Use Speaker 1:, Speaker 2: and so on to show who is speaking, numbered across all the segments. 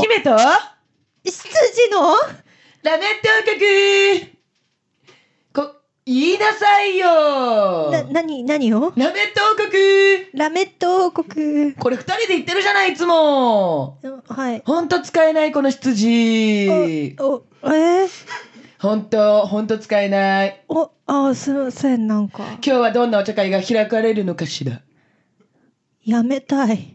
Speaker 1: 姫と
Speaker 2: 羊の
Speaker 1: ラメット王国こ、言いなさいよ
Speaker 2: な、なに、何を
Speaker 1: ラメット王国
Speaker 2: ラメット王国。
Speaker 1: これ二人で言ってるじゃない、いつも
Speaker 2: はい。
Speaker 1: ほんと使えない、この羊
Speaker 2: お、えー、
Speaker 1: ほんと、ほんと使えない。
Speaker 2: お、あ、すいません、なんか。
Speaker 1: 今日はどんなお茶会が開かれるのかしら
Speaker 2: やめたい。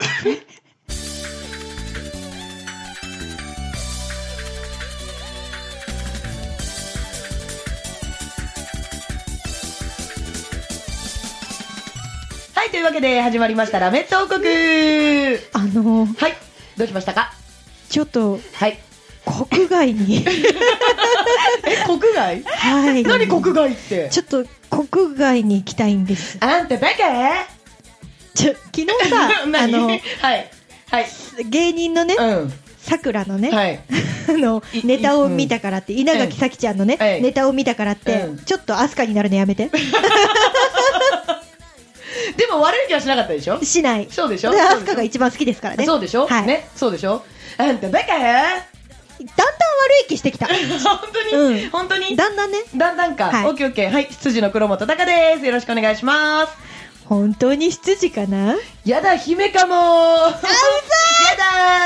Speaker 1: はい、というわけで始まりました、ラメット王国は
Speaker 2: あの、
Speaker 1: い、どうしましたか
Speaker 2: ちょっと、
Speaker 1: はい。
Speaker 2: 国 外に。
Speaker 1: え、国外
Speaker 2: はい。
Speaker 1: 何国外って
Speaker 2: ちょっと、国外に行きたいんです。
Speaker 1: あんたバカ、
Speaker 2: ちょ、昨日 さあの
Speaker 1: はい、。はい。
Speaker 2: 芸人のね、
Speaker 1: う
Speaker 2: さくらのね、
Speaker 1: ん。はい。
Speaker 2: あの
Speaker 1: い
Speaker 2: ネタを見たからって、稲垣咲ちゃんのね、
Speaker 1: ええ
Speaker 2: ネタを見たからって、
Speaker 1: うん
Speaker 2: ちょっとアスカになるのやめて。
Speaker 1: でも悪い気はしなかったで しょ
Speaker 2: しない。
Speaker 1: そうでしょ
Speaker 2: で、アスカが
Speaker 1: い
Speaker 2: 一番好きですからね。
Speaker 1: そうでしょ
Speaker 2: はい。
Speaker 1: ね。そうでしょあんたバカ
Speaker 2: だんだん悪い気し てきた。
Speaker 1: 本当
Speaker 2: う
Speaker 1: に
Speaker 2: ん
Speaker 1: 本当に
Speaker 2: だんだんね、
Speaker 1: だんだんか。
Speaker 2: はい
Speaker 1: オッケーオッケー。はい。羊の黒本隆です。よろしくお願いします。
Speaker 2: 本当に羊かな
Speaker 1: やだ、姫かもや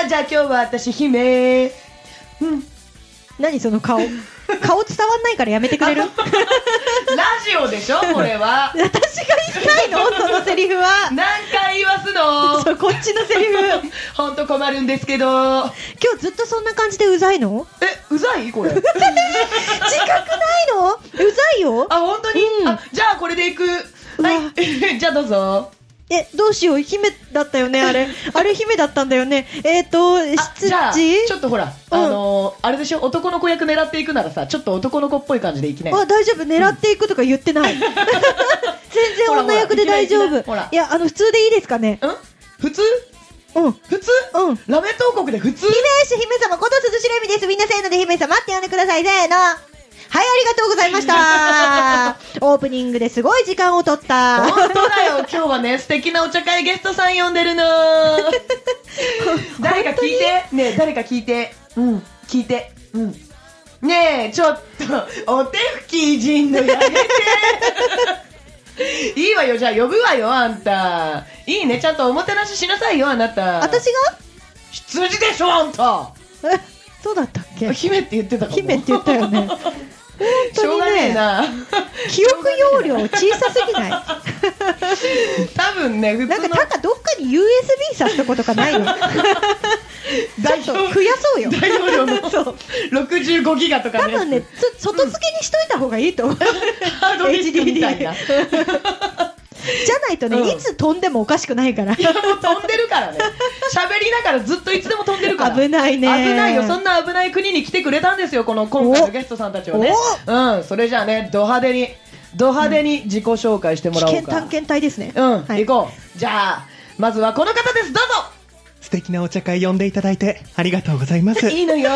Speaker 1: だじゃあ今日は私、姫。うん。
Speaker 2: 何その顔。顔伝わんないからやめてくれる
Speaker 1: ラジオで しょこれは。
Speaker 2: 私が言いたいのそのセリフは。
Speaker 1: 何回言わすの
Speaker 2: そうこっちのセリフ。今
Speaker 1: 本当困るんですけど。え、
Speaker 2: 日ずっとそんな感じでうざいの
Speaker 1: うざいこれ。
Speaker 2: 自覚ないのうざいよ
Speaker 1: あ、本当に、
Speaker 2: うん
Speaker 1: あ、じゃあこれでいく。
Speaker 2: うわ
Speaker 1: はい。 じゃあどうぞ。
Speaker 2: え、どうしよう姫だったよねあれ。あれ姫だったんだよね。えっ、ー、と、
Speaker 1: あじゃあ、
Speaker 2: 羊
Speaker 1: ちょっとほら、あのーあれでしょ、男の子役狙っていくならさ、ちょっと男の子っぽい感じでいきない
Speaker 2: あ、大丈夫。狙っていくとか言ってない。 全
Speaker 1: ほ
Speaker 2: 然
Speaker 1: らほら
Speaker 2: 女役で大丈夫。
Speaker 1: いきなりいきなりほら
Speaker 2: いや、あの、普通でいいですかね。
Speaker 1: うん普通
Speaker 2: うん。
Speaker 1: 普通、
Speaker 2: うん
Speaker 1: ラメット王国で普通
Speaker 2: 姫主姫様こと鈴しれみです。みんなせーので姫様って呼んでください。せーの。はい、ありがとうござい ました。オープニングですごい時間を取った。
Speaker 1: 本当だよ、今日はね、素敵なお茶会ゲストさん呼んでる の。誰か聞いて、ねえ誰か聞いて、うん、聞いて、うん。ねえ、ちょっと、お手拭きいじんのやめて。いいわよ、じゃあ呼ぶわよ、あんた。いいね、ちゃんとおもてなししなさいよ、あなた。
Speaker 2: 私
Speaker 1: 羊でしょ、あんた。
Speaker 2: がえ そうだったっけ
Speaker 1: 姫って言ってたかも。
Speaker 2: 姫って言ったよ ね。
Speaker 1: しょう
Speaker 2: 本
Speaker 1: が
Speaker 2: 当
Speaker 1: ね
Speaker 2: に
Speaker 1: え
Speaker 2: ね、
Speaker 1: な。
Speaker 2: 記憶容量小さす ぎない。
Speaker 1: 多分ね、普
Speaker 2: なん
Speaker 1: 通
Speaker 2: か、
Speaker 1: の
Speaker 2: たかどっかに USB 挿したこと かないのちょっと増やそうよ。
Speaker 1: 大容量 の65ギガとか
Speaker 2: 多
Speaker 1: のやつ
Speaker 2: 分ね、つ外付けにしといた方がいいと思う。
Speaker 1: ハードディスクみたいな。い
Speaker 2: じゃないとね、
Speaker 1: うん
Speaker 2: いつ飛んでもおかしくないから。
Speaker 1: やもう飛んでるからね。喋りながらずっといつでも飛んでるから。
Speaker 2: 危ないね
Speaker 1: 危ないよ。そんな危ない国に来てくれたんですよ、この今回のゲストさんたちはね。うん、それじゃあね、ド派手に、ド派手に自己紹介しても
Speaker 2: 危
Speaker 1: らおうか。
Speaker 2: 険探検隊ですね。
Speaker 1: うん、
Speaker 2: はい
Speaker 1: 行こう。じゃあ、まずはこの方です、ど
Speaker 3: 素敵なお茶会呼んでいただいてありがとうございま
Speaker 1: うぞ
Speaker 3: す
Speaker 1: いいのよ。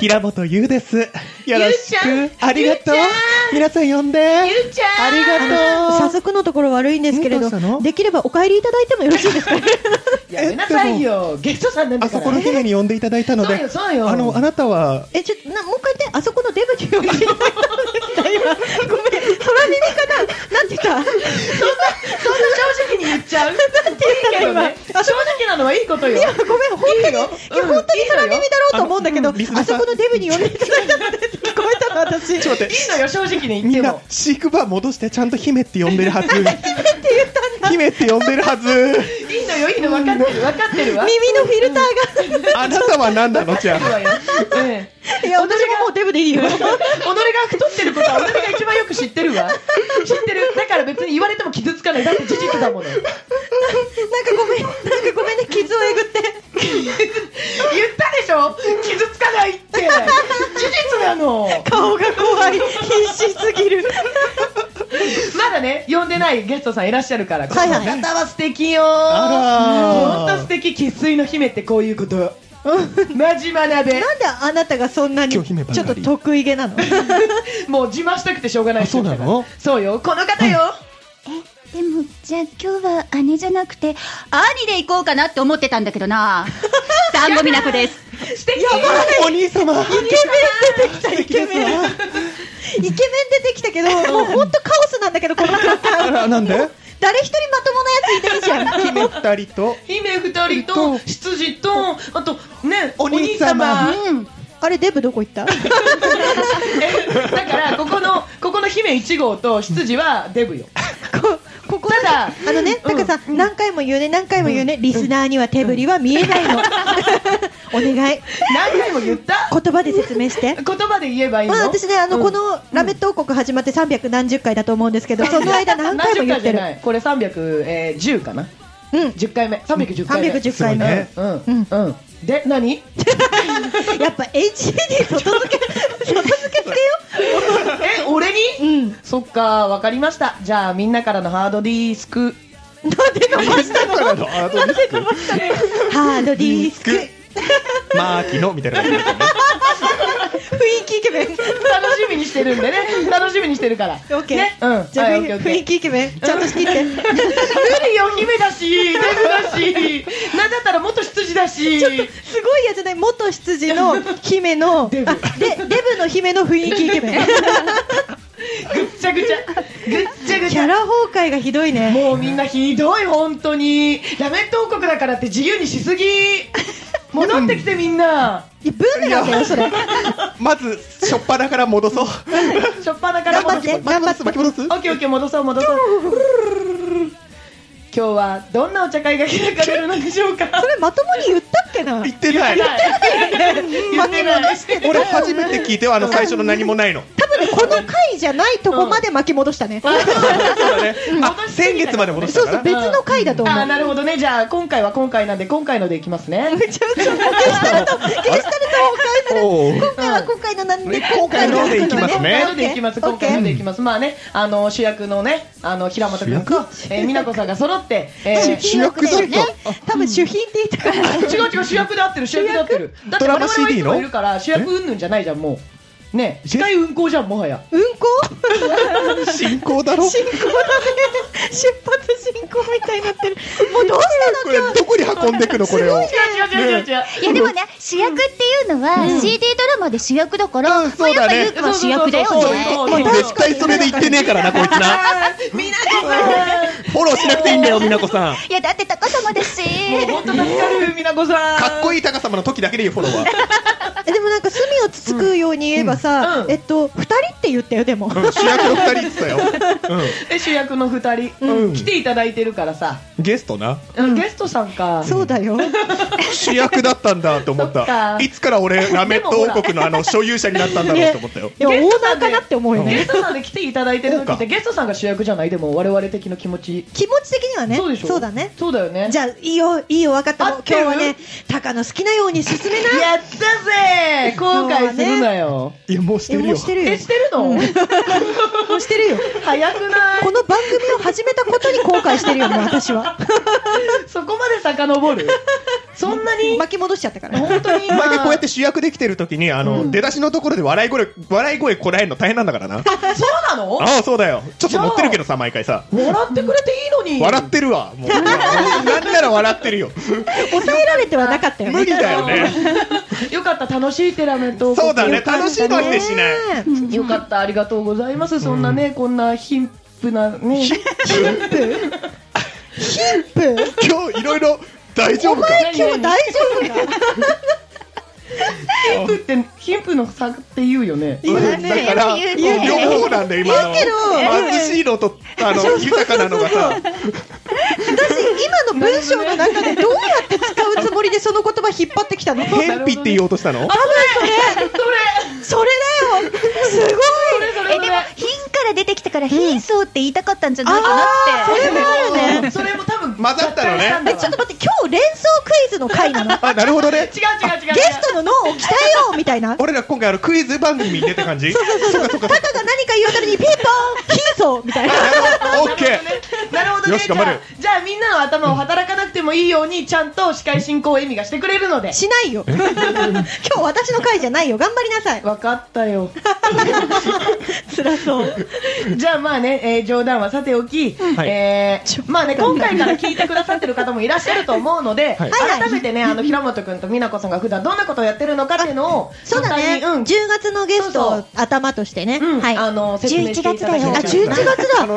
Speaker 3: 平本優ですよろし
Speaker 1: ゆう
Speaker 3: く
Speaker 1: ちゃん
Speaker 3: ありがとう
Speaker 1: ゆうちゃん
Speaker 3: 皆さん呼んで
Speaker 1: ゆうちゃん
Speaker 3: あり
Speaker 2: 早
Speaker 3: がとう
Speaker 2: 速のところ悪いんですけれ
Speaker 3: う
Speaker 2: ど
Speaker 3: んどうしたの
Speaker 2: できればお帰りいただいてもよろしいですか
Speaker 1: やめなさいよ。ゲストさんなんだ
Speaker 3: あ
Speaker 1: か
Speaker 3: そ
Speaker 1: ら。
Speaker 3: この姫に呼んでいただいたの
Speaker 1: そう
Speaker 3: で
Speaker 1: よ、そうよ。
Speaker 3: あのあなたは
Speaker 2: えちょっとなもう一回言ってあそこのデブに呼んでいただいたんですか 今ごめん空耳かななんて言った
Speaker 1: そんな正直に言っちゃう。いいけどね。正直なのはいいことよ。
Speaker 2: いやごめん本当に
Speaker 1: いいよ
Speaker 2: いや
Speaker 1: うん
Speaker 2: 本当に空耳だろうと思うんだけど、
Speaker 3: いいのよあの
Speaker 2: あそこのデブに呼んでいただいたのでって聞こえたの私
Speaker 3: ちょっと待
Speaker 1: い
Speaker 3: っ
Speaker 1: い
Speaker 3: て
Speaker 1: のよ、正直に言っ
Speaker 3: み
Speaker 1: て
Speaker 3: んな
Speaker 1: も。
Speaker 3: 飼育バー戻してちゃんと姫って呼んで るはず姫って呼んでるはず
Speaker 1: いいのよ、いいの、分かってる、分かってるわ。
Speaker 2: 耳のフィルターが、
Speaker 3: あなたは何なのじゃ
Speaker 1: そう
Speaker 3: あ
Speaker 1: だよええ
Speaker 2: いや私ももうデブでいい よ
Speaker 1: 己が太ってることは己が一番よく知ってるわ知ってるだから別に言われても傷つかないだって事実だもの言っ
Speaker 2: なんかごめん、なんかごめんね、傷をえぐって。
Speaker 1: たでしょ傷つかないって事実なの
Speaker 2: 顔が怖い。必死すぎる。
Speaker 1: まだね呼んでないゲストさんいらっしゃるからこの
Speaker 2: はいはい
Speaker 1: 方は素敵よ
Speaker 3: あら
Speaker 1: ほんと素敵生粋の姫ってこういうことマジ学べ
Speaker 2: なんであなたがそんなに、ち
Speaker 3: 今日姫ばっか
Speaker 2: ょっ
Speaker 3: り
Speaker 2: と得意げ なの
Speaker 1: もう自慢したくてしょうがない
Speaker 3: あそうなの
Speaker 1: そうよこの方よ
Speaker 4: でも、じゃあ今日は姉じゃなくて、兄で行こうかなって思ってたんだけどな。団子美奈子です。
Speaker 1: 素敵
Speaker 3: お
Speaker 2: イ
Speaker 3: 兄様
Speaker 2: ケメン出てきた、イケメン。イケメン出てきたけど、もう本当カオスなんだけど、この空
Speaker 3: あ
Speaker 2: 間。
Speaker 3: らなんで
Speaker 2: 誰一人まともなやついないじゃん。
Speaker 3: 姫二人と
Speaker 1: 姫二人と執事とあとね
Speaker 3: お
Speaker 1: お
Speaker 3: 兄
Speaker 1: 兄
Speaker 3: 様
Speaker 1: 様
Speaker 4: うん。
Speaker 2: あれ、デブどこ行った
Speaker 1: え だからここのここの姫1号と執事はデ ブよ
Speaker 2: こここ
Speaker 1: ただ
Speaker 2: あのね、なんかさ、何回も言うね、何回も言うね、リスナーには手振りは見えないの。 お願い、
Speaker 1: 何回も言った
Speaker 2: 言葉で説明して。
Speaker 1: 言葉で言えばいいの、
Speaker 2: まあ、私ね、あの、
Speaker 1: うん
Speaker 2: このラメット王国始まって三百何十回だと思うんですけど、その間何回も言っ
Speaker 1: 何十回じ
Speaker 2: てる
Speaker 1: ゃ。ないこれ310かな
Speaker 2: うん、
Speaker 1: 10回目310回目
Speaker 2: 310回目
Speaker 3: ね
Speaker 1: うんうん、うん、で何
Speaker 2: やっぱ HDD 外付け、外付けしてよ。
Speaker 1: え俺に、
Speaker 2: うん、
Speaker 1: そっかわかりましたじゃあみんなからのハードディスク
Speaker 2: なんでかましたの。
Speaker 3: あのアートディ スク
Speaker 2: ハードディスク。雰
Speaker 3: マーキのみたいな感じですよね
Speaker 2: 囲気イケメン。
Speaker 1: 楽しみにしてるんでね楽しみにしてるから
Speaker 2: オッケー。
Speaker 1: ねうん
Speaker 2: じゃあ、
Speaker 1: はい
Speaker 2: 雰
Speaker 1: OK
Speaker 2: 囲
Speaker 1: OK
Speaker 2: 雰囲気イケメン。ちゃんと仕切って。
Speaker 1: 無理よ姫だしデブだ しなんだったら元羊だし
Speaker 2: すごいやじゃない元執事の姫の
Speaker 1: デブ
Speaker 2: あでデブの姫の雰囲気イケメン
Speaker 1: ぐっちゃぐちゃぐっちゃぐ
Speaker 2: キ
Speaker 1: ち
Speaker 2: ャ
Speaker 1: ゃ
Speaker 2: ラ崩壊がひど いね
Speaker 1: もうみんなひどい本当にラメット王国だからって自由にしすぎ戻ってきてみんない
Speaker 2: やブーメランだよそれ
Speaker 3: まず初っ端から戻そう
Speaker 1: しょっぱなから戻
Speaker 2: 頑張
Speaker 1: っ
Speaker 2: ってて
Speaker 3: 巻き戻す巻き戻す
Speaker 1: オッケーオッケー戻そう戻そう今日はどんなお茶会が開かれるのでしょうか
Speaker 2: それまともに言ったっけな
Speaker 3: 言ってない
Speaker 1: 言ってない
Speaker 3: 俺初めて聞いてあの最初の何もないの
Speaker 2: 多分ねこの回じゃないとこまで巻き戻したね、
Speaker 3: そうだねあ先月まで戻し
Speaker 2: そ
Speaker 3: た
Speaker 2: う
Speaker 3: か
Speaker 2: そう
Speaker 3: ら
Speaker 2: 別の回だと思う、
Speaker 1: あーなるほどねじゃあ今回は今回なんで今回のでいきますね
Speaker 2: めちゃめちゃゲスタルトゲスタルトを
Speaker 3: おお
Speaker 2: 崩壊する今回は今回のなんで
Speaker 3: ね今回のでいきま
Speaker 1: 今
Speaker 3: す
Speaker 1: 回
Speaker 3: ね
Speaker 1: のでいきます、今回のでいきます、まあね、あの主役のね、あの平本君と、えー、美奈子さんが揃って、えー、
Speaker 2: 主役だね多分主品って言ったから
Speaker 1: 違う違う、主役で合ってる、主役で合ってる、だって
Speaker 3: ドラマ
Speaker 1: 我々はいつ
Speaker 3: CD の
Speaker 1: もいるから、主役うんぬんじゃないじゃん、もう、ね、司会運行じゃん、もはや、
Speaker 2: 運行
Speaker 3: 進行だろ
Speaker 2: 進行だね出発進行みたいになってるもうどうした
Speaker 3: こ
Speaker 2: の
Speaker 3: れ
Speaker 2: 今日
Speaker 3: どこに運んでくのこれを
Speaker 1: 違う違う違う違う違う、
Speaker 4: いやでもね、主役っていうのは、CD ドラマで主役だから、
Speaker 3: うん
Speaker 4: ま
Speaker 3: そ
Speaker 4: あ
Speaker 3: う
Speaker 4: や
Speaker 3: だ
Speaker 4: っぱ
Speaker 3: ね
Speaker 4: ゆうくは主役だ
Speaker 1: そう
Speaker 4: よ
Speaker 1: そう
Speaker 4: ね。
Speaker 1: そうそう
Speaker 2: もう
Speaker 3: 絶対それで言ってねえからなこいつな
Speaker 1: 美奈子さ
Speaker 3: フォローしなくていいんだよ美奈子さん
Speaker 4: いや、だって高様ですし。
Speaker 1: ん、もう本当助かる、美奈子さん、
Speaker 3: かっこ
Speaker 1: いい、
Speaker 3: いい高様の時だけでいいフォローは
Speaker 2: えでもなんか隅をつつくように言えば
Speaker 1: う
Speaker 2: さ、
Speaker 1: んうん
Speaker 2: えっと二人って言ったよでも
Speaker 3: うん主役の二人っつったよ
Speaker 1: え主役の二人、
Speaker 3: うん
Speaker 1: 来ていただいてるからさ、
Speaker 3: うんゲストな
Speaker 1: うん、ゲストさんか、
Speaker 2: そうだよ
Speaker 3: 主役だったんだと思っ
Speaker 1: そっか
Speaker 3: たいつから俺ラメット王国のあの所有者になったんだろうと思ったよ
Speaker 2: いやオ
Speaker 1: ゲ
Speaker 2: ー
Speaker 1: スト
Speaker 2: ナ
Speaker 1: さん
Speaker 2: ー
Speaker 1: で
Speaker 2: かなって思うよ
Speaker 1: ゲ
Speaker 2: ね
Speaker 1: ストさんで来ていただいてる時ってゲストさんが主役じゃないでも我々的な気持ち
Speaker 2: 気持ち的にはね
Speaker 1: そうでしょ
Speaker 2: だね
Speaker 1: そうだよね
Speaker 2: じゃあいいよいいよ分かったも
Speaker 1: 合
Speaker 2: う
Speaker 1: って
Speaker 2: 今
Speaker 1: る
Speaker 2: 日はねタカの好きなように進めな
Speaker 1: やったぜ後悔するなよ、
Speaker 3: いやもうして
Speaker 2: え
Speaker 3: る
Speaker 2: も
Speaker 3: よ
Speaker 2: うしてるよ
Speaker 1: えしてるの、
Speaker 2: もうしてるよ
Speaker 1: 早くな
Speaker 2: この番組を始めたことに後悔してるよもう私はい
Speaker 1: そこまで遡るそんなに
Speaker 2: 巻き戻しちゃったか ら
Speaker 1: 本当に今
Speaker 3: 毎回こうやって主役できてる時にあの、出だしのところで笑い声笑い声こらえるの大変なんだから
Speaker 1: そ
Speaker 3: な
Speaker 1: うなの
Speaker 3: ああそうだよちょっと乗ってるけどさ毎回さ
Speaker 1: 笑ってくれていいのに
Speaker 3: 笑ってるわもうなんなら笑ってるよ
Speaker 2: 抑えられてはなかったよね
Speaker 3: 無理だよね
Speaker 1: よかった楽しいテラメと
Speaker 3: そうだね
Speaker 1: よかっ
Speaker 3: 楽しいのにしない
Speaker 2: ね
Speaker 1: たよかったありがとうございますそんなね、こんな貧富なね
Speaker 2: え
Speaker 3: 今日いろいろ大丈夫か
Speaker 2: 今日大丈夫か
Speaker 1: 貧富って貧富の差って言うよね
Speaker 3: うん
Speaker 2: 言うね
Speaker 3: だから
Speaker 4: 言う
Speaker 2: 言うね
Speaker 3: 両方なんだよ今の
Speaker 2: 言うけど
Speaker 3: 貧しいのとあの豊かなのがさ
Speaker 2: 私、今の文章の中でどうやって使うつもりでその言葉引っ張ってきたのそれ
Speaker 3: 偏僻って言おうとしたの
Speaker 1: それ
Speaker 2: だよす
Speaker 1: それそ
Speaker 2: ごい
Speaker 1: れ
Speaker 4: え、
Speaker 1: そ
Speaker 4: で
Speaker 1: れ
Speaker 4: も、品から出てきたから、貧相って言いたかったんじゃないかな
Speaker 2: あーそ
Speaker 4: って。
Speaker 2: れもあるね
Speaker 1: それも多分
Speaker 3: 混ざったのね
Speaker 1: 合体
Speaker 2: え、
Speaker 1: し
Speaker 2: ち
Speaker 1: た
Speaker 2: ょ
Speaker 1: んだわ
Speaker 2: っと待って、今日連想クイズの回なの
Speaker 3: あなるほどね
Speaker 1: 違う違う違う違う
Speaker 2: ゲストの脳を鍛えようみたいな
Speaker 3: 俺ら今回あのクイズ番組に出た感じそうかそうかそう
Speaker 2: タカが何か言うためにピンポン貧相みたいな
Speaker 3: かオッケ
Speaker 1: なるほどね。なるほどね。
Speaker 3: よし頑張る
Speaker 1: じゃあじゃあみんなの頭を働かなくてもいいようにちゃんと司会進行をエミがしてくれるので
Speaker 2: しないよ。今日私の回じゃないよ。頑張りなさい。
Speaker 1: 分かったよ
Speaker 2: 辛そう。
Speaker 1: じゃあまあね、えー冗談はさておき、
Speaker 3: はい
Speaker 1: えーまあね今回から聞いてくださってる方もいらっしゃると思うので、
Speaker 3: はい
Speaker 1: 改めてねあの平本君と美奈子さんが普段どんなことをやってるのかっていうのを
Speaker 2: そうだ
Speaker 1: 簡
Speaker 2: ね。
Speaker 1: 単
Speaker 2: 10
Speaker 1: に
Speaker 2: 月のゲス
Speaker 1: そう
Speaker 2: ト
Speaker 1: そ、
Speaker 2: 頭としてね。
Speaker 1: うん、うん
Speaker 2: はい。
Speaker 1: あ
Speaker 2: あ、
Speaker 1: の説明していただき
Speaker 4: 11
Speaker 1: ま
Speaker 4: 月
Speaker 1: し
Speaker 2: 11
Speaker 1: ょう
Speaker 2: 月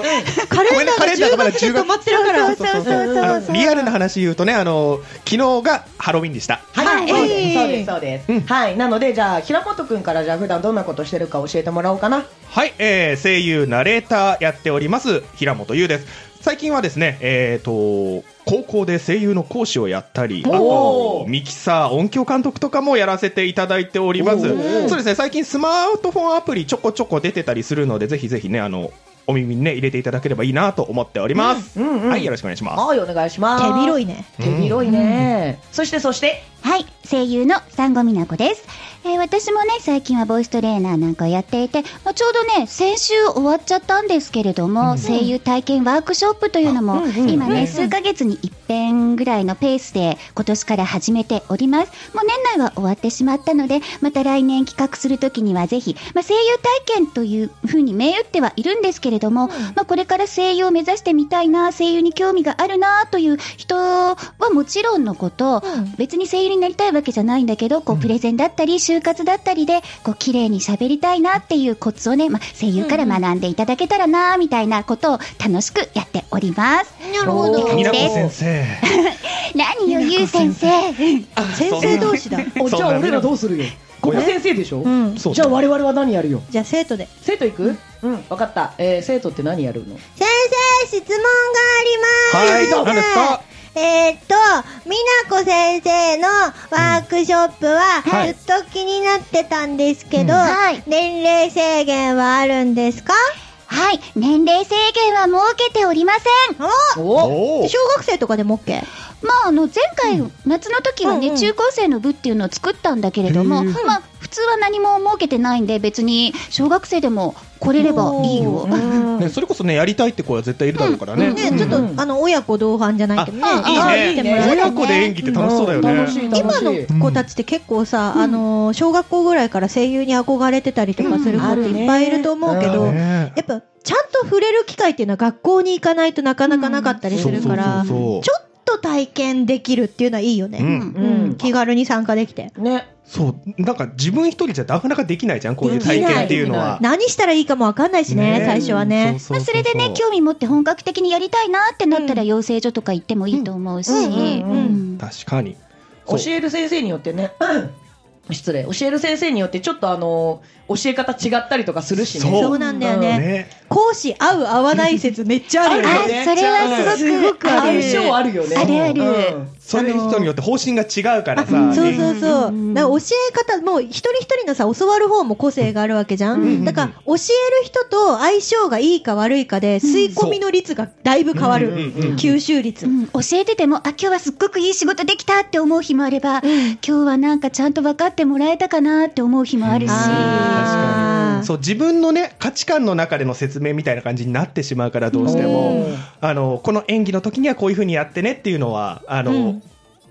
Speaker 2: だ。カレンダーが10月で止まってるから。
Speaker 3: そうそうそう
Speaker 1: そう
Speaker 3: あのリアルな話言うとねあの昨日がハロウィンでした
Speaker 1: はい、
Speaker 2: は
Speaker 1: そうで
Speaker 2: い
Speaker 1: す、
Speaker 2: えー
Speaker 1: そうです、そうです。
Speaker 3: うん
Speaker 1: はい、なので、じゃあ、平本くんから、じゃあ、普段どんなことしてるか教えてもらおうかな。
Speaker 3: はい、えー、声優ナレーターやっております平本優です最近はですねえー、と高校で声優の講師をやったりあ
Speaker 1: おー
Speaker 3: とミキサー音響監督とかもやらせていただいております
Speaker 1: おー
Speaker 3: そうですね最近スマートフォンアプリちょこちょこ出てたりするのでぜひぜひねあのお耳にね入れていただければいいなと思っております、
Speaker 1: うんうんうん
Speaker 3: はいよろしくお願いします
Speaker 1: はい、お願いします。
Speaker 2: 手広
Speaker 1: い。
Speaker 2: いね。
Speaker 1: 手広いね。そして、そして、
Speaker 4: はい、声優の産後美奈子です。えー私もね、最近はボイストレーナーなんかをやっていて、まあ、ちょうどね、先週終わっちゃったんですけれども、声優体験ワークショップというのも、今ね、数ヶ月に一遍ぐらいのペースで、今年から始めております。もう年内は終わってしまったので、また来年企画するときにはぜひ、まあ、声優体験というふうに銘打ってはいるんですけれども、まあ、これから声優を目指してみたいな、声優に興味があるなという人はもちろんのこと、別に声優になりたいわけじゃないんだけど、こうプレゼンだったり、就活だったりで、こう綺麗に喋りたいなっていうコツをね、まあ、声優から学んでいただけたらなみたいなことを楽しくやっております。
Speaker 2: なるほ
Speaker 1: おー
Speaker 2: ど。
Speaker 3: みな
Speaker 4: 港
Speaker 3: こ先生
Speaker 4: 何よ、ゆう先生。
Speaker 2: 先生同 士だ。
Speaker 1: お、じゃあ、俺らどうするよ。ここ先生でしょ
Speaker 2: うん。
Speaker 3: そう
Speaker 1: じゃあ、我々は何やるよ。
Speaker 2: じゃあ生徒で。
Speaker 1: 生徒行くうん、わかった。えー、生徒って何やるの
Speaker 2: 先生、質問があります。
Speaker 3: はい何ですか
Speaker 2: えーっと、みなこ先生のワークショップは、
Speaker 3: はい
Speaker 2: ずっと気になってたんですけど、
Speaker 4: うんはい
Speaker 2: 年齢制限はあるんですか
Speaker 4: はい、年齢制限は設けておりません。
Speaker 2: お
Speaker 1: お
Speaker 3: おー
Speaker 2: 小学生とかでも OK?
Speaker 4: まあ、あの前回、夏の時はね、
Speaker 2: うんうん
Speaker 4: 中高生の部っていうのを作ったんだけれども、
Speaker 3: へ
Speaker 4: まあ、普通は何も設けてないんで別に小学生でも来れればいいよ。
Speaker 3: ね、それこそねやりたいって子は絶対いるだろうからね、
Speaker 2: ね、ちょっと、あの、親子同伴じゃないけどね、
Speaker 3: い
Speaker 1: あ
Speaker 3: い
Speaker 2: 見ても
Speaker 3: ね
Speaker 2: ら
Speaker 1: いい
Speaker 2: えた
Speaker 3: 親
Speaker 2: ら
Speaker 3: 子で演技って楽しそうだよね、
Speaker 1: 楽しい、楽
Speaker 2: 今
Speaker 1: しい。
Speaker 2: の子たちって結構さ、あの小学校ぐらいから声優に憧れてたりとかする子
Speaker 1: うんあ
Speaker 2: って
Speaker 1: るね
Speaker 2: いっぱいいると思うけど、
Speaker 1: うん
Speaker 3: ね
Speaker 2: やっぱちゃんと触れる機会っていうのは学校に行かないとなかなかなかったりするから、ち
Speaker 3: そ
Speaker 2: ょっと体験できるっていうのはいいよね。
Speaker 3: ん
Speaker 2: うん気軽に参加できて。
Speaker 1: ね。
Speaker 3: そうなんか自分一人じゃなかなかできないじゃんこういう体験っていうのは。
Speaker 2: 何したらいいかもわかんないしね、
Speaker 3: ね
Speaker 2: 最初はね。
Speaker 4: まあ、それでね、
Speaker 3: 日
Speaker 4: 興味持って本格的にやりたいなってなったら、養成所とか行ってもいいと思うし、
Speaker 2: うんうんうん
Speaker 4: うん
Speaker 3: 確かに
Speaker 1: 教
Speaker 3: そう
Speaker 1: える先生によってね、失礼、教える先生によってちょっとあのー教え方違ったりとかするしね。
Speaker 3: そう
Speaker 2: そうなんだよね。
Speaker 3: ね
Speaker 2: 講師合う合わない説めっちゃあるよ
Speaker 1: あ
Speaker 2: ね。
Speaker 1: るよね
Speaker 4: あそれはすごくある
Speaker 1: 相性あるよね。
Speaker 4: あるある
Speaker 1: うん
Speaker 3: それ人によって方針が違うからさ、
Speaker 2: あそう
Speaker 3: ね
Speaker 2: そうそうう。
Speaker 4: ん
Speaker 2: だから教え方、もう一人一人のさ、教わる方も個性があるわけじゃ
Speaker 3: うん
Speaker 2: ん。だから、教える人と相性がいいか悪いかで、吸い込みの率がだいぶ変わ
Speaker 3: う
Speaker 2: る
Speaker 3: んうんうん。
Speaker 2: 吸収率
Speaker 4: う。ん教えてても、あ、今日はすっごくいい仕事できたって思う日もあれば、今日はなんかちゃんと分かってもらえたかなって思う日もあるし。
Speaker 2: あー
Speaker 3: そう自分のね価値観の中での説明みたいな感じになってしまうからどうしても
Speaker 1: うん
Speaker 3: あのこの演技の時にはこういう風にやってねっていうのはあの、
Speaker 2: うん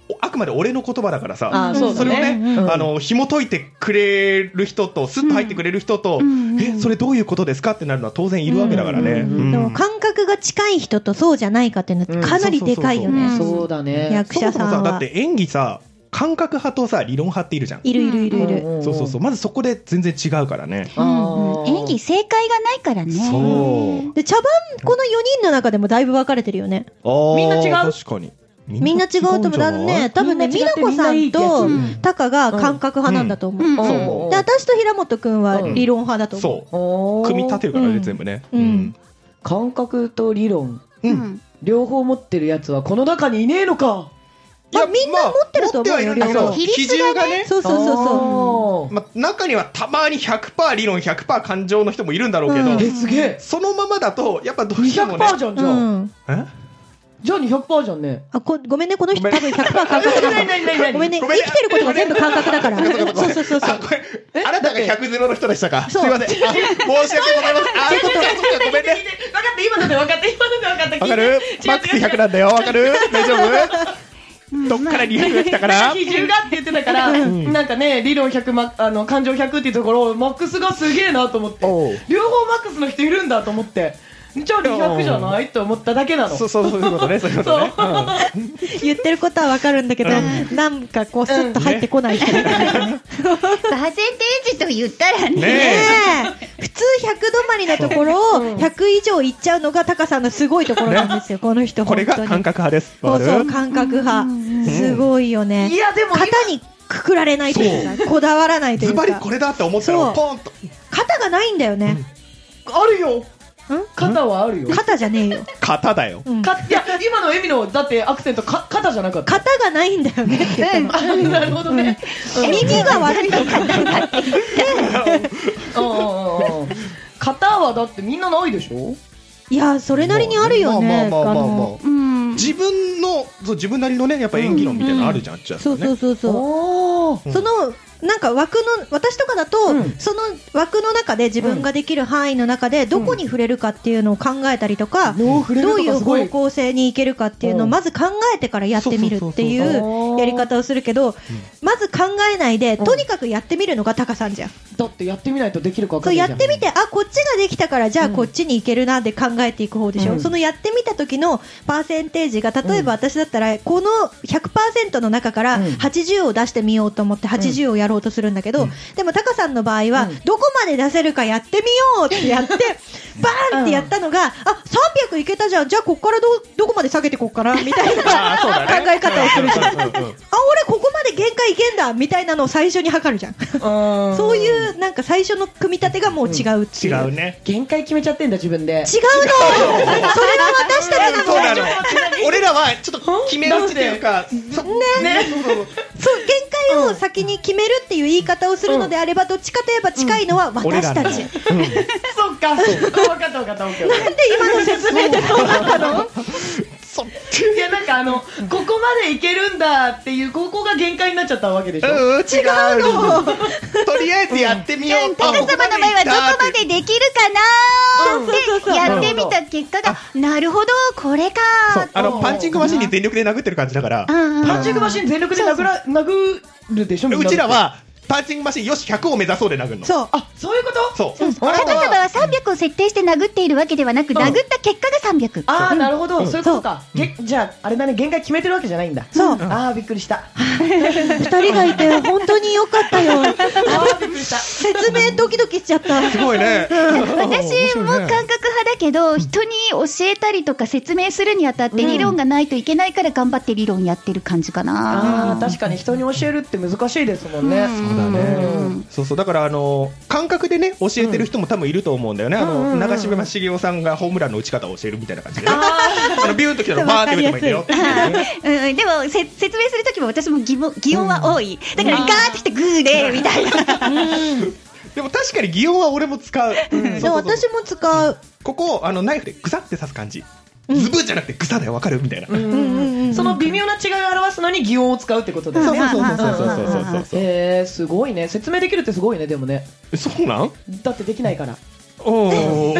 Speaker 3: おあくまで俺の言葉だからさ
Speaker 1: あーそうだね
Speaker 3: それをね、
Speaker 1: うん
Speaker 3: あの紐解いてくれる人とスッと入ってくれる人と、
Speaker 4: うん
Speaker 3: えそれどういうことですかってなるのは当然いるわけだからね。
Speaker 1: うん
Speaker 3: うん
Speaker 2: でも感覚が近い人とそうじゃないかっていうのはかなりでかいよ
Speaker 4: うん
Speaker 2: ね。
Speaker 1: そうだね。
Speaker 2: 役
Speaker 3: そも
Speaker 2: 者
Speaker 3: そも
Speaker 2: さ
Speaker 3: さ
Speaker 2: ん
Speaker 3: だっ
Speaker 2: は。
Speaker 3: て演技さ感覚派とさ理論派っているじゃん。
Speaker 2: いるいるいるいる。
Speaker 3: そうそうそうまずそこで全然違うからね。
Speaker 4: うんうん演技正解がないからね。
Speaker 3: そう
Speaker 2: で、茶番、この4人の中でもだいぶ分かれてるよね。
Speaker 3: あー
Speaker 1: みんな違う
Speaker 3: 確かに
Speaker 2: みんな違うと思う。だね、多分ね、
Speaker 1: み
Speaker 2: 美
Speaker 1: んな違っ
Speaker 2: 奈
Speaker 1: て
Speaker 2: 子さんと
Speaker 1: み
Speaker 4: んないいってやつ
Speaker 2: タカが感覚派なんだと思
Speaker 4: うん
Speaker 2: う。
Speaker 1: そう
Speaker 3: うん
Speaker 1: うん
Speaker 2: で、私と平本くんは理論派だと思う。
Speaker 3: そ
Speaker 1: お
Speaker 3: う
Speaker 1: ー
Speaker 3: 組み立てるからね、全部ね。
Speaker 2: うん
Speaker 1: 感覚と理論
Speaker 3: うん
Speaker 4: うん
Speaker 1: 両方持ってるやつはこの中にいねえのか。
Speaker 3: いや
Speaker 2: まあみんな持ってると思うよ
Speaker 3: まあ持ってはいるんだけど
Speaker 2: そう
Speaker 4: 比率
Speaker 3: 重がね
Speaker 2: そうそうそうそう。
Speaker 1: そ
Speaker 3: まあ、中にはたまに100%理論100%感情の人もいるんだろうけど、
Speaker 2: うん
Speaker 1: えすげえ。
Speaker 3: そのままだとやっぱどうして
Speaker 1: 200
Speaker 3: もね
Speaker 1: パーじゃんじ
Speaker 2: う
Speaker 1: ゃん。
Speaker 2: ん。
Speaker 3: え
Speaker 1: じゃあ200%じゃんね。
Speaker 2: あこごめんね、この人
Speaker 3: ごめ
Speaker 2: 多
Speaker 3: ん
Speaker 2: 分100%感覚だか
Speaker 1: 何何何
Speaker 2: ら。
Speaker 1: 何
Speaker 2: ごめんね、
Speaker 3: ご
Speaker 2: 生
Speaker 3: めんね
Speaker 2: きてることが全部感覚だから。そうそうそうそ
Speaker 3: あ
Speaker 2: う。
Speaker 3: これあなたが100ゼロの人でしたかす
Speaker 2: そう
Speaker 3: いませんあ申し訳ございませんあそっかそっかごめんね
Speaker 1: 分かった今ので分かった今ので分かった。
Speaker 3: わかるマックス100なんだよわかる大丈夫 どっから理由が来たから
Speaker 1: 基準がって言ってたから、
Speaker 3: ん
Speaker 1: なんかね、理論100、ま、あの、感情100っていうところを、マックスがすげえなと思って
Speaker 3: おう、
Speaker 1: 両方マックスの人いるんだと思って、じゃあ200じゃないと思っただけなの。
Speaker 3: そうそうそういうことねそういうことね
Speaker 2: 言ってることはわかるんだけど、なんかこう、スッと入ってこない人みたいなね。
Speaker 4: パーセンテージと言ったら
Speaker 3: うん
Speaker 2: ね
Speaker 4: ね。
Speaker 3: ね
Speaker 2: え普通100止まりなところを100以上いっちゃうのがタカさんのすごいところなんですよ、この人
Speaker 3: えこれが
Speaker 2: 本当に
Speaker 3: 感覚派です
Speaker 2: そうそ
Speaker 3: わ
Speaker 2: う
Speaker 3: かる
Speaker 2: 感覚派
Speaker 4: うん
Speaker 2: すごいよね
Speaker 1: いや、でも今、
Speaker 2: 肩にくくられないというかこだわらないとい
Speaker 3: ズ
Speaker 2: うか
Speaker 3: バリこれだって思ったら
Speaker 2: そう
Speaker 3: ポンと
Speaker 2: 肩がないんだよね
Speaker 1: あるよ。肩はあるよ。
Speaker 2: 肩じゃねえよ
Speaker 3: 型だよ
Speaker 2: うん
Speaker 1: かいや、今のエミの、だってアクセント、か肩じゃなかった。
Speaker 2: 肩がないんだよねって言ったの
Speaker 1: あ なるほどね。うん
Speaker 2: 耳が悪いのかな
Speaker 1: うんうんうんうん肩はだってみんなないでしょ
Speaker 2: いやそれなりにあるよね
Speaker 3: まあまあまあまあまあ
Speaker 2: の
Speaker 4: うん。
Speaker 3: 自分のそう自分なりのねやっぱ演技論みたいなのあるじゃん、じゃあ
Speaker 2: そう
Speaker 3: ね
Speaker 2: そうそうそう
Speaker 1: おー
Speaker 3: うん
Speaker 2: そのなんか枠の私とかだと、
Speaker 1: うん
Speaker 2: その枠の中で自分ができる範囲の中でどこに触れるかっていうのを考えたりとか、
Speaker 1: 脳触れる
Speaker 2: ど
Speaker 1: と
Speaker 2: うい
Speaker 1: か
Speaker 2: う
Speaker 1: すご
Speaker 2: 方
Speaker 1: い
Speaker 2: 向性に行けるかっていうの
Speaker 1: う
Speaker 2: を
Speaker 1: ん
Speaker 2: まず考えてからやってみるってい
Speaker 3: そうそう
Speaker 1: そうそう
Speaker 2: うやり方をするけどまず考えないで
Speaker 1: うん
Speaker 2: とにかくやってみるのがタカさんじゃん
Speaker 1: だってやってみないとできるか分か
Speaker 2: そ
Speaker 1: ん
Speaker 2: う
Speaker 1: な
Speaker 2: や
Speaker 1: いじゃ
Speaker 2: っ
Speaker 1: ん
Speaker 2: てみてあこっちができたからじゃあ
Speaker 1: うん
Speaker 2: こっちに行けるなって考えていく方でしょ、
Speaker 1: うん
Speaker 2: そのやってみた時のパーセンテージが例えば私だったらこの100%の中から
Speaker 1: うん
Speaker 2: 80を出してみようと思って80をやろうとするんだけど、
Speaker 3: うん
Speaker 2: でもタカさんの場合は
Speaker 1: うん
Speaker 2: どこまで出せるかやってみようって やってバーンってやったのがあ300いけたじゃんじゃあこっからどどこまで下げてこっからみたいな考
Speaker 3: あーそうだ
Speaker 2: え
Speaker 3: ね
Speaker 2: 方をするじゃんあ
Speaker 3: うんうんうん
Speaker 2: 俺ここまで限界いけんだみたいなのを最初に測るじゃん
Speaker 1: うん
Speaker 2: そういうなんか最初の組み立てがもう違うって
Speaker 3: 違
Speaker 2: いう。
Speaker 3: うね
Speaker 1: 限界決めちゃってんだ自分で
Speaker 2: 違うのそれが私たちなの
Speaker 3: そうなの
Speaker 2: そう
Speaker 3: 俺らはちょっと決め打ちっていうかそ
Speaker 1: ね
Speaker 2: 限界を先に決めるっていう言い方をするのであればどっちかといえば近いのは
Speaker 3: 俺
Speaker 2: 私
Speaker 3: ら
Speaker 2: たち、
Speaker 3: の
Speaker 2: なんで
Speaker 1: そっか分かった 分かった分かった
Speaker 2: 今の説明でそうなったの
Speaker 3: そう
Speaker 1: いやなんかあのここまでいけるんだっていうここが限界になっちゃったわけでしょ
Speaker 3: うん違う
Speaker 2: の
Speaker 3: とりあえずやってみよう
Speaker 4: タカ様の場合はどこまでできるか
Speaker 2: そ
Speaker 4: な
Speaker 2: うそうそうそう
Speaker 4: ーってやってみた結果が、なるほど、これか
Speaker 3: そうあ
Speaker 1: う
Speaker 3: の
Speaker 1: ん
Speaker 3: パンチングマシンに全力で殴ってる感じだから
Speaker 1: パンチングマ
Speaker 4: ン
Speaker 1: シン全力で殴ら殴るでしょみん
Speaker 3: う
Speaker 1: な
Speaker 3: ちらはパンチングマシンよし100を目指そうで殴るの
Speaker 2: そう
Speaker 1: あそういうこと
Speaker 3: そう
Speaker 4: タカ様は300を設定して殴っているわけではなく、
Speaker 1: ん
Speaker 4: 殴った結果が300。
Speaker 1: ああなるほど
Speaker 3: ん
Speaker 1: そういうことかげじゃああれだね限界決めてるわけじゃないんだ
Speaker 2: そう
Speaker 1: ああびっくりした
Speaker 2: 二人がいて本当に良かった
Speaker 1: あ
Speaker 2: よ
Speaker 1: あびっくりした
Speaker 2: 説明ドキドキしちゃった
Speaker 3: すごいね
Speaker 4: 私も感覚派だけど、人に教えたりとか説明するにあたって理論がないといけないから頑張って理論やってる感じか
Speaker 1: あ
Speaker 4: な。
Speaker 1: あ確かに人に教えるって難しいですもんね
Speaker 4: うん
Speaker 3: そうだ
Speaker 1: う
Speaker 3: ね。そうそうだからあの感覚でね教えてる人も多分いると思うんだよね。あ
Speaker 1: うんうんうんう
Speaker 3: の
Speaker 1: ん
Speaker 3: 長嶋茂雄さんがホームランの打ち方を教えるみたいな感じでね。
Speaker 1: あ
Speaker 3: あのビューンと来たらバーって打てばいいんだよ。
Speaker 4: うんうん、でもせ説明するときも私も疑問疑問は多い、だからガーってきてグーでみたいな、
Speaker 3: でも確かに擬音は俺も使う。
Speaker 2: そう私も使う
Speaker 3: ここをあのナイフでグサって刺す感じ。ズブじゃなくてグサだよわかるみたいな。
Speaker 1: ー
Speaker 2: うんうんうん
Speaker 1: その微妙な違いを表すのに擬音を使うってことだよね
Speaker 3: そうそうそうそうそうそうそう
Speaker 1: えー、すごいね説明できるってすごいねでもね
Speaker 3: そう。そうなん？
Speaker 1: だってできないから
Speaker 3: おー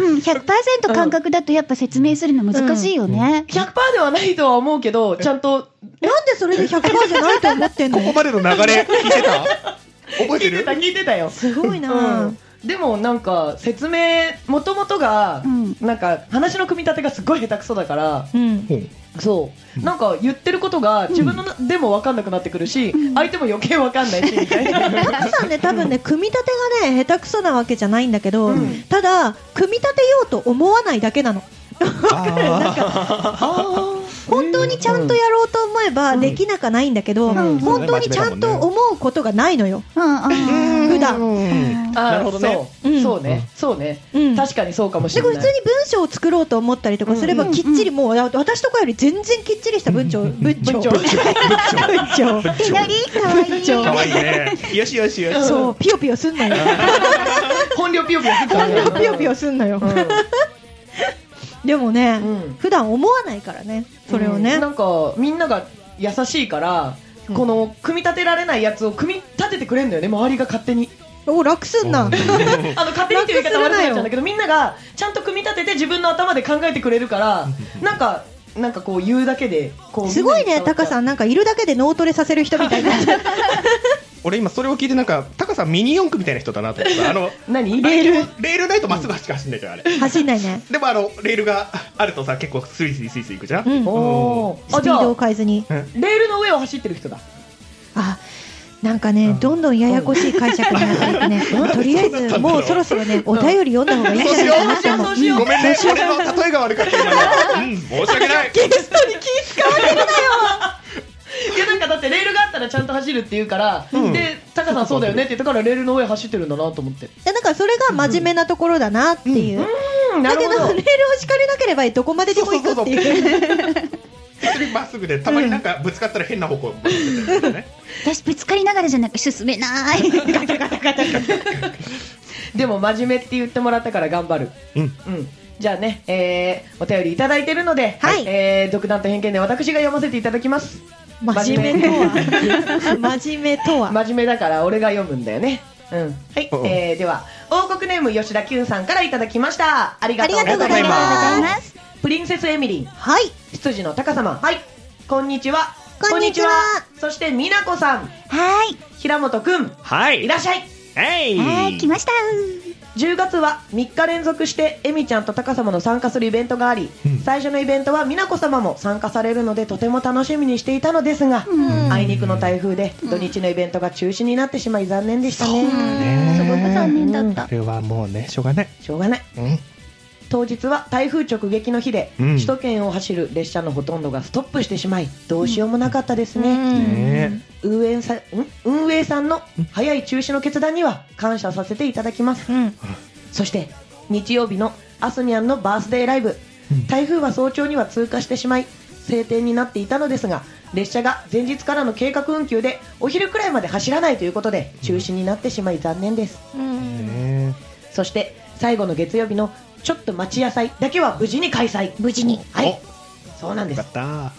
Speaker 4: うん、100%感覚だとやっぱ説明するの難しいよね、
Speaker 1: 100%ではないとは思うけどちゃんと
Speaker 2: なんでそれで100%じゃないと思ってん
Speaker 3: ここ
Speaker 2: の
Speaker 3: までの流れ聞いてた？覚え
Speaker 1: 聞
Speaker 3: て
Speaker 1: いて
Speaker 3: る
Speaker 1: た？聞いてたよ
Speaker 2: すごいな、
Speaker 1: うんでもなんか説明もともとが
Speaker 4: うん
Speaker 1: なんか話の組み立てがすごい下手くそだから
Speaker 2: うん
Speaker 3: うん
Speaker 1: そうなんか言ってることが自分のなでも分かんなくなってくるし相手も余計分かんないしみたいな
Speaker 2: タカさんね、多分ね、組み立てがね、下手くそなわけじゃないんだけど、ただ、組み立てようと思わないだけなの。
Speaker 3: あー
Speaker 2: 本当にちゃんとやろうと思えばできなかないんだけど、
Speaker 1: うん
Speaker 2: 本当にちゃんと思うことがないのよ。
Speaker 4: うんうん
Speaker 2: 普段
Speaker 3: うん
Speaker 1: あー
Speaker 3: なるほどね
Speaker 1: そう,、
Speaker 2: うん
Speaker 1: そうねそうね、
Speaker 2: うん
Speaker 1: 確かにそうかもし
Speaker 2: で
Speaker 1: れ
Speaker 2: こ
Speaker 1: な
Speaker 2: れ
Speaker 1: い
Speaker 2: 普通に文章を作ろうと思ったりとかすれば
Speaker 4: うん
Speaker 2: きっちりもうあ私とかより全然きっちりした文章文章
Speaker 1: 文章
Speaker 2: 文章
Speaker 4: いなりかわいい
Speaker 3: かわいいね。よしよしよし。
Speaker 2: そうピヨピヨすんなよ
Speaker 1: 本領ピヨピヨするから
Speaker 2: 本
Speaker 1: ね
Speaker 2: 当ピヨピヨすんなよでもね
Speaker 1: うん
Speaker 2: 普段思わないからねそれを
Speaker 1: う
Speaker 2: ね
Speaker 1: んなんかみんなが優しいから、
Speaker 2: うん
Speaker 1: この組み立てられないやつを組み立ててくれるんだよね周りが勝手に
Speaker 2: お楽すんな
Speaker 1: あの勝手にっていう言い方悪くなっちゃうんだけどみんながちゃんと組み立てて自分の頭で考えてくれるからなんかなんかこう言うだけでこう
Speaker 2: すごいね、タカさ
Speaker 1: ん
Speaker 2: ん、なんかいるだけで脳トレさせる人みたいになっちゃう
Speaker 3: 俺今それを聞いてなんかタカさんミニ四駆みたいな人だなと思ったあの
Speaker 1: 何
Speaker 3: あ れ
Speaker 1: レー
Speaker 3: レールないとまっすぐ走か走んないじゃんあれ
Speaker 2: 走んないね。
Speaker 3: でもあのレールがあるとさ結構スイスイスイスイ行くじゃん、
Speaker 2: うん
Speaker 1: ルおーあ
Speaker 2: スピ
Speaker 1: じゃ
Speaker 2: ー
Speaker 1: あ
Speaker 2: ドを変えずに。
Speaker 1: レールの上を走ってる人だ
Speaker 2: あ、なんかね、どんどんややこしい解釈になっていくね。とりあえず、もうそろそろね、お便り読んだ方がいいんじゃないかなって思う。
Speaker 1: そうしよう
Speaker 3: ごめんね俺の例えが悪かった 今のうん申し訳ない
Speaker 1: ゲストに気使われるなよいやなんかだってレールがあったらちゃんと走るって言うから、
Speaker 3: うん
Speaker 1: でタカさんそうだよねって言ったからレールの上走ってるんだなと思って
Speaker 2: でだからそれが真面目なところだなっていう。
Speaker 1: うんな
Speaker 2: だ
Speaker 1: る
Speaker 2: けど、レール
Speaker 1: ほ
Speaker 2: を
Speaker 1: ど
Speaker 2: 敷かれなければどこまででも行くって
Speaker 3: そう
Speaker 2: いう。
Speaker 3: 結局まっすぐでたまになんかぶつかったら変な方向にぶつかってるね
Speaker 4: 私ぶつかりながらじゃなく進めない
Speaker 1: でも真面目って言ってもらったから頑張る
Speaker 3: うん
Speaker 1: うんじゃあね、えー、お便りいただいてるので、
Speaker 2: はい
Speaker 1: えー、独断と偏見で私が読ませていただきます
Speaker 2: 真面目とは。真面目とは。
Speaker 1: 真面目だから俺が読むんだよねうんはい、
Speaker 3: うん
Speaker 1: えー、では王国ネーム吉田んさんからいただきましたありがとうご
Speaker 2: あり
Speaker 1: ざ
Speaker 2: が
Speaker 1: い
Speaker 2: と
Speaker 1: ま
Speaker 2: うご
Speaker 1: す
Speaker 2: ざい
Speaker 4: ありがとうござい
Speaker 2: ま
Speaker 4: ます
Speaker 2: す。
Speaker 1: プリンセスエミリン
Speaker 2: はい。
Speaker 1: 羊の高様はいこんにちは
Speaker 2: こんにちは
Speaker 1: そして美奈子さん
Speaker 4: は
Speaker 1: 平本くん
Speaker 3: はい
Speaker 1: らっしゃい
Speaker 3: はい
Speaker 4: いはい来ました
Speaker 1: 10月は3日連続してエミちゃんとタカ様の参加するイベントがあり、
Speaker 3: うん
Speaker 1: 最初のイベントは美奈子様も参加されるのでとても楽しみにしていたのですが、
Speaker 4: うん
Speaker 1: あいにくの台風で土日のイベントが中止になってしまい残念でしたね、
Speaker 3: ね
Speaker 4: すごく残念だった
Speaker 3: これはもうねしょうがない
Speaker 1: しょうがない
Speaker 3: うん
Speaker 1: 当日は台風直撃の日で、
Speaker 3: うん
Speaker 1: 首都圏を走る列車のほとんどがストップしてしまいどうしようもなかったですね、
Speaker 3: ね
Speaker 1: 運営さん運営さんの早い中止の決断には感謝させていただきます、
Speaker 2: うん
Speaker 1: そして日曜日のアスニャンのバースデーライブ、台風は早朝には通過してしまい晴天になっていたのですが列車が前日からの計画運休でお昼くらいまで走らないということで中止になってしまい残念です
Speaker 3: ね
Speaker 1: そして最後の月曜日のちょっと町野菜だけは無事に開催無事にはいそうなんで
Speaker 3: よ
Speaker 1: す
Speaker 3: かった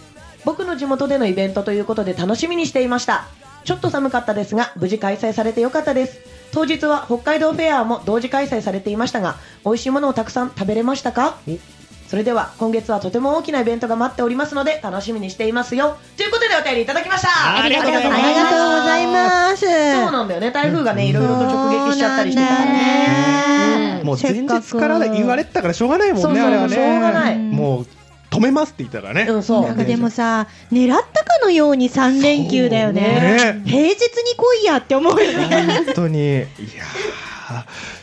Speaker 1: 僕の地元でのイベントということで楽しみにしていましたちょっと寒かったですが無事開催されてよかったです当日は北海道フェアも同時開催されていましたが美味しいものをたくさん食べれましたかそれでは今月はとても大きなイベントが待っておりますので楽しみにしていますよということでお便りいただきました
Speaker 3: ありがとうご
Speaker 2: あ
Speaker 3: ざいます
Speaker 2: りがとうございます。
Speaker 1: そうなんだよね台風がねいろいろと直撃しちゃったりしてたからね
Speaker 3: もう前日から言われてたからしょうがないもんね
Speaker 1: そうそう
Speaker 3: あれはね
Speaker 1: しょうがない
Speaker 3: もう止めますって言ったからね、
Speaker 1: うんそう
Speaker 2: なんかでもさ、狙ったかのように3連休だよ
Speaker 3: そう
Speaker 2: ね
Speaker 3: ね。
Speaker 2: 平日に来いやって思うよね。
Speaker 3: 本当にいやー